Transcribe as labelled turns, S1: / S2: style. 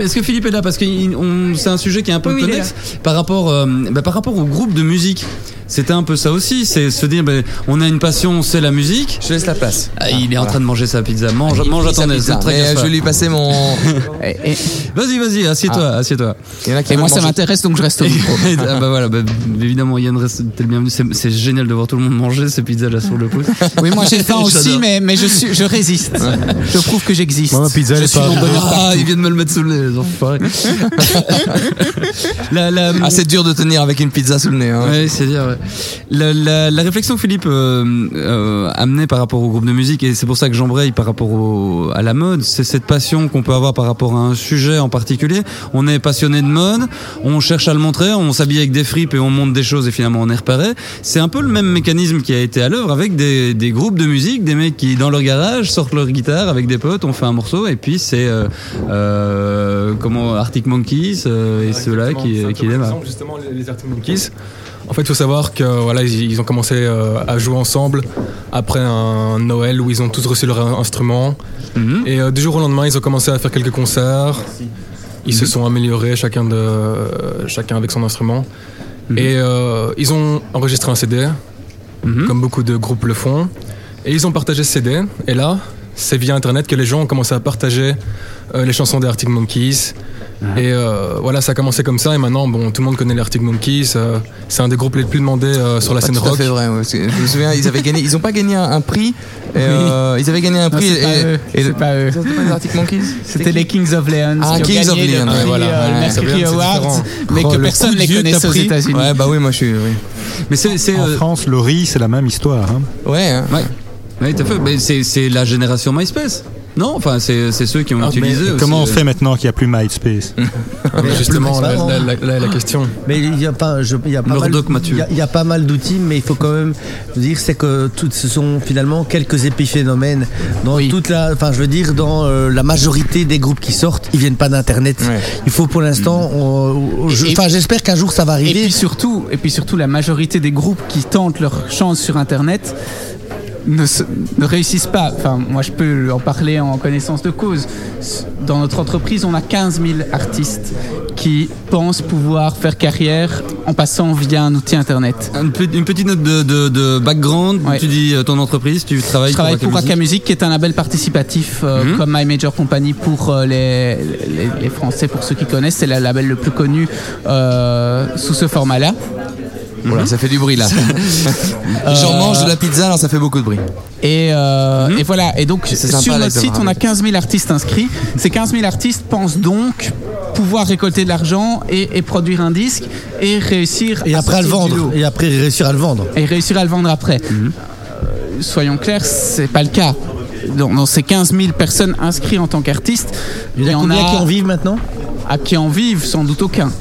S1: Est-ce que Philippe est là Parce que il- on- c'est un sujet qui est un peu
S2: Oui, oui, il est
S1: connexe par rapport, euh, bah, par rapport au groupe de musique. C'était un peu ça aussi, c'est se dire, bah, on a une passion, c'est la musique.
S3: Je te laisse la place.
S1: Ah, il est en train de manger sa
S2: Ah,
S1: pizza. Mange, mange à
S3: Sa
S1: ton aise,
S3: pizza.
S1: ne te
S3: Mais,
S1: tracasse
S3: euh,
S1: pas.
S3: je vais lui passer mon.
S2: Et, et-
S1: Vas-y, vas-y, assieds-toi, assieds-toi.
S3: Il y en a qui
S2: et moi,
S3: veulent
S2: ça
S3: manger.
S2: m'intéresse, donc je reste Ah. au micro.
S1: Et- ah bah voilà, bah, évidemment Yann, reste- t'es le bienvenu. C'est c'est génial de voir tout le monde manger ces pizzas là sur le pouce.
S2: Oui, moi j'ai faim aussi,
S1: J'adore.
S2: mais, mais je, suis, je résiste. Je prouve que j'existe.
S4: Moi, ma pizza, elle
S2: je
S4: est
S2: suis
S4: pas-
S2: non bonheur.
S1: Ah, ils viennent me le mettre sous le nez, les enfoirés. la, la,
S3: Ah, c'est dur de tenir avec une pizza sous le nez. hein.
S1: Ouais, c'est dire ouais. la, la, la réflexion que Philippe euh, euh, amenait par rapport au groupe de musique et c'est pour ça que j'embraye par rapport au, à la mode, c'est cette passion qu'on peut avoir par rapport à un sujet en particulier. On est passionné de mode, on cherche à le montrer, on s'habille avec des fripes et on monte des choses et finalement on est repéré. C'est un peu le même mécanisme qui a été à l'œuvre avec des, des groupes de musique, des mecs qui dans leur garage sortent leur guitare avec des potes, on fait un morceau et puis c'est euh, euh, comment Arctic Monkeys euh, et ceux-là qui, qui démarrent.
S5: exemple, Justement, les, les Arctic Monkeys. En fait, il faut savoir que voilà, ils, ils ont commencé euh, à jouer ensemble après un Noël où ils ont tous reçu leur in- instrument.
S1: Mhm.
S5: Et euh, du jour au lendemain, ils ont commencé à faire quelques concerts. Ils se sont améliorés, chacun, de, euh, chacun avec son instrument.
S1: Mhm.
S5: Et euh, ils ont enregistré un CD,
S1: Mhm.
S5: comme beaucoup de groupes le font. Et ils ont partagé ce CD. Et là, c'est via Internet que les gens ont commencé à partager euh, les chansons des Arctic Monkeys.
S3: Ah.
S5: Et euh, voilà, ça a commencé comme ça. Et maintenant, bon, tout le monde connaît les Arctic Monkeys. euh, c'est un des groupes les plus demandés euh, sur la
S3: Pas
S5: scène
S3: tout à
S5: rock.
S3: Bah, fait vrai. ouais, parce que je me souviens, ils avaient gagné. Ils ont pas gagné un, un prix. et, euh, ils avaient gagné un prix.
S2: c'est
S3: et-
S2: pas
S3: et-
S2: eux,
S3: et-
S2: c'est pas eux.
S3: Ça, c'était pas les Arctic Monkeys
S2: C'était les Kings of Leon.
S3: Ah,
S2: qui ont
S3: Kings of
S2: gagné
S3: Leon,
S2: le
S3: ouais,
S2: prix,
S3: voilà,
S2: euh, le
S3: ouais,
S5: c'est bien,
S2: Mercury
S5: c'est
S2: Awards,
S5: différent.
S2: mais
S4: Oh,
S2: que
S4: le
S2: personne
S4: coup
S2: ne
S4: de
S2: les
S4: vieux que
S2: connaissait
S4: t'as
S2: aux
S4: pris.
S2: États-Unis.
S3: Ouais, bah oui, moi je suis. Oui.
S1: Mais c'est c'est,
S4: En
S1: euh,
S4: France, le riz, c'est la même histoire. hein.
S3: Ouais. hein.
S1: Ouais. Ouais, tout à fait. Mais c'est, c'est la génération MySpace. Non, enfin, c'est, c'est ceux qui ont
S5: Ah,
S1: utilisé.
S5: mais
S1: aussi,
S4: Comment
S1: euh,
S4: on fait maintenant qu'il n'y a plus MySpace
S5: Ah, mais justement, la,
S6: principal,
S5: la-
S6: hein.
S5: la- la- la question.
S6: Mais il y a pas, je- il y a pas mal,
S1: Murdoch Mathieu.
S6: il y a- il y a pas mal d'outils, mais il faut quand même dire c'est que toutes ce sont finalement quelques épiphénomènes dans toute la, enfin je veux dire dans euh, la majorité des groupes qui sortent, ils viennent pas d'internet.
S3: Ouais.
S6: Il faut pour l'instant, on- on- je-
S2: Et-
S6: enfin j'espère qu'un jour ça va
S2: Et
S6: arriver.
S2: puis surtout, et puis surtout, la majorité des groupes qui tentent leur chance sur Internet ne, se- ne réussissent pas. Enfin, moi, je peux en parler en connaissance de cause. Dans notre entreprise, on a 15 000 artistes qui pensent pouvoir faire carrière en passant via un outil Internet.
S1: Une, pe- une petite note de, de- de background.
S2: Ouais.
S1: Tu dis euh, ton entreprise, tu travailles
S2: Je travaille pour
S1: Akamusi.
S2: Aka Music, qui est un label participatif euh,
S1: Mhm.
S2: comme My Major Company pour euh, les, les- les Français, pour ceux qui connaissent. C'est le label le plus connu euh, sous ce format-là.
S3: Voilà, ça fait du bruit là.
S2: Euh,
S3: J'en mange de la pizza, alors ça fait beaucoup de bruit.
S2: Et, euh, et voilà. Et donc,
S3: Mhm. C'est sympa,
S2: sur
S3: les
S2: notre site, on a
S3: pyramides.
S2: 15 000 artistes inscrits. Ces 15 000 artistes pensent donc pouvoir récolter de l'argent et, et produire un disque et réussir
S6: Et
S2: à
S6: après à le
S2: sortir du
S6: vendre.
S2: lot.
S6: Et après réussir à le vendre.
S2: Et réussir à le vendre après.
S3: Mhm.
S2: Euh, soyons clairs, c'est pas le cas. Dans, dans ces 15 000 personnes inscrites en tant qu'artistes,
S6: Il y en a combien qui en vivent maintenant
S2: à qui en vivent sans doute aucun.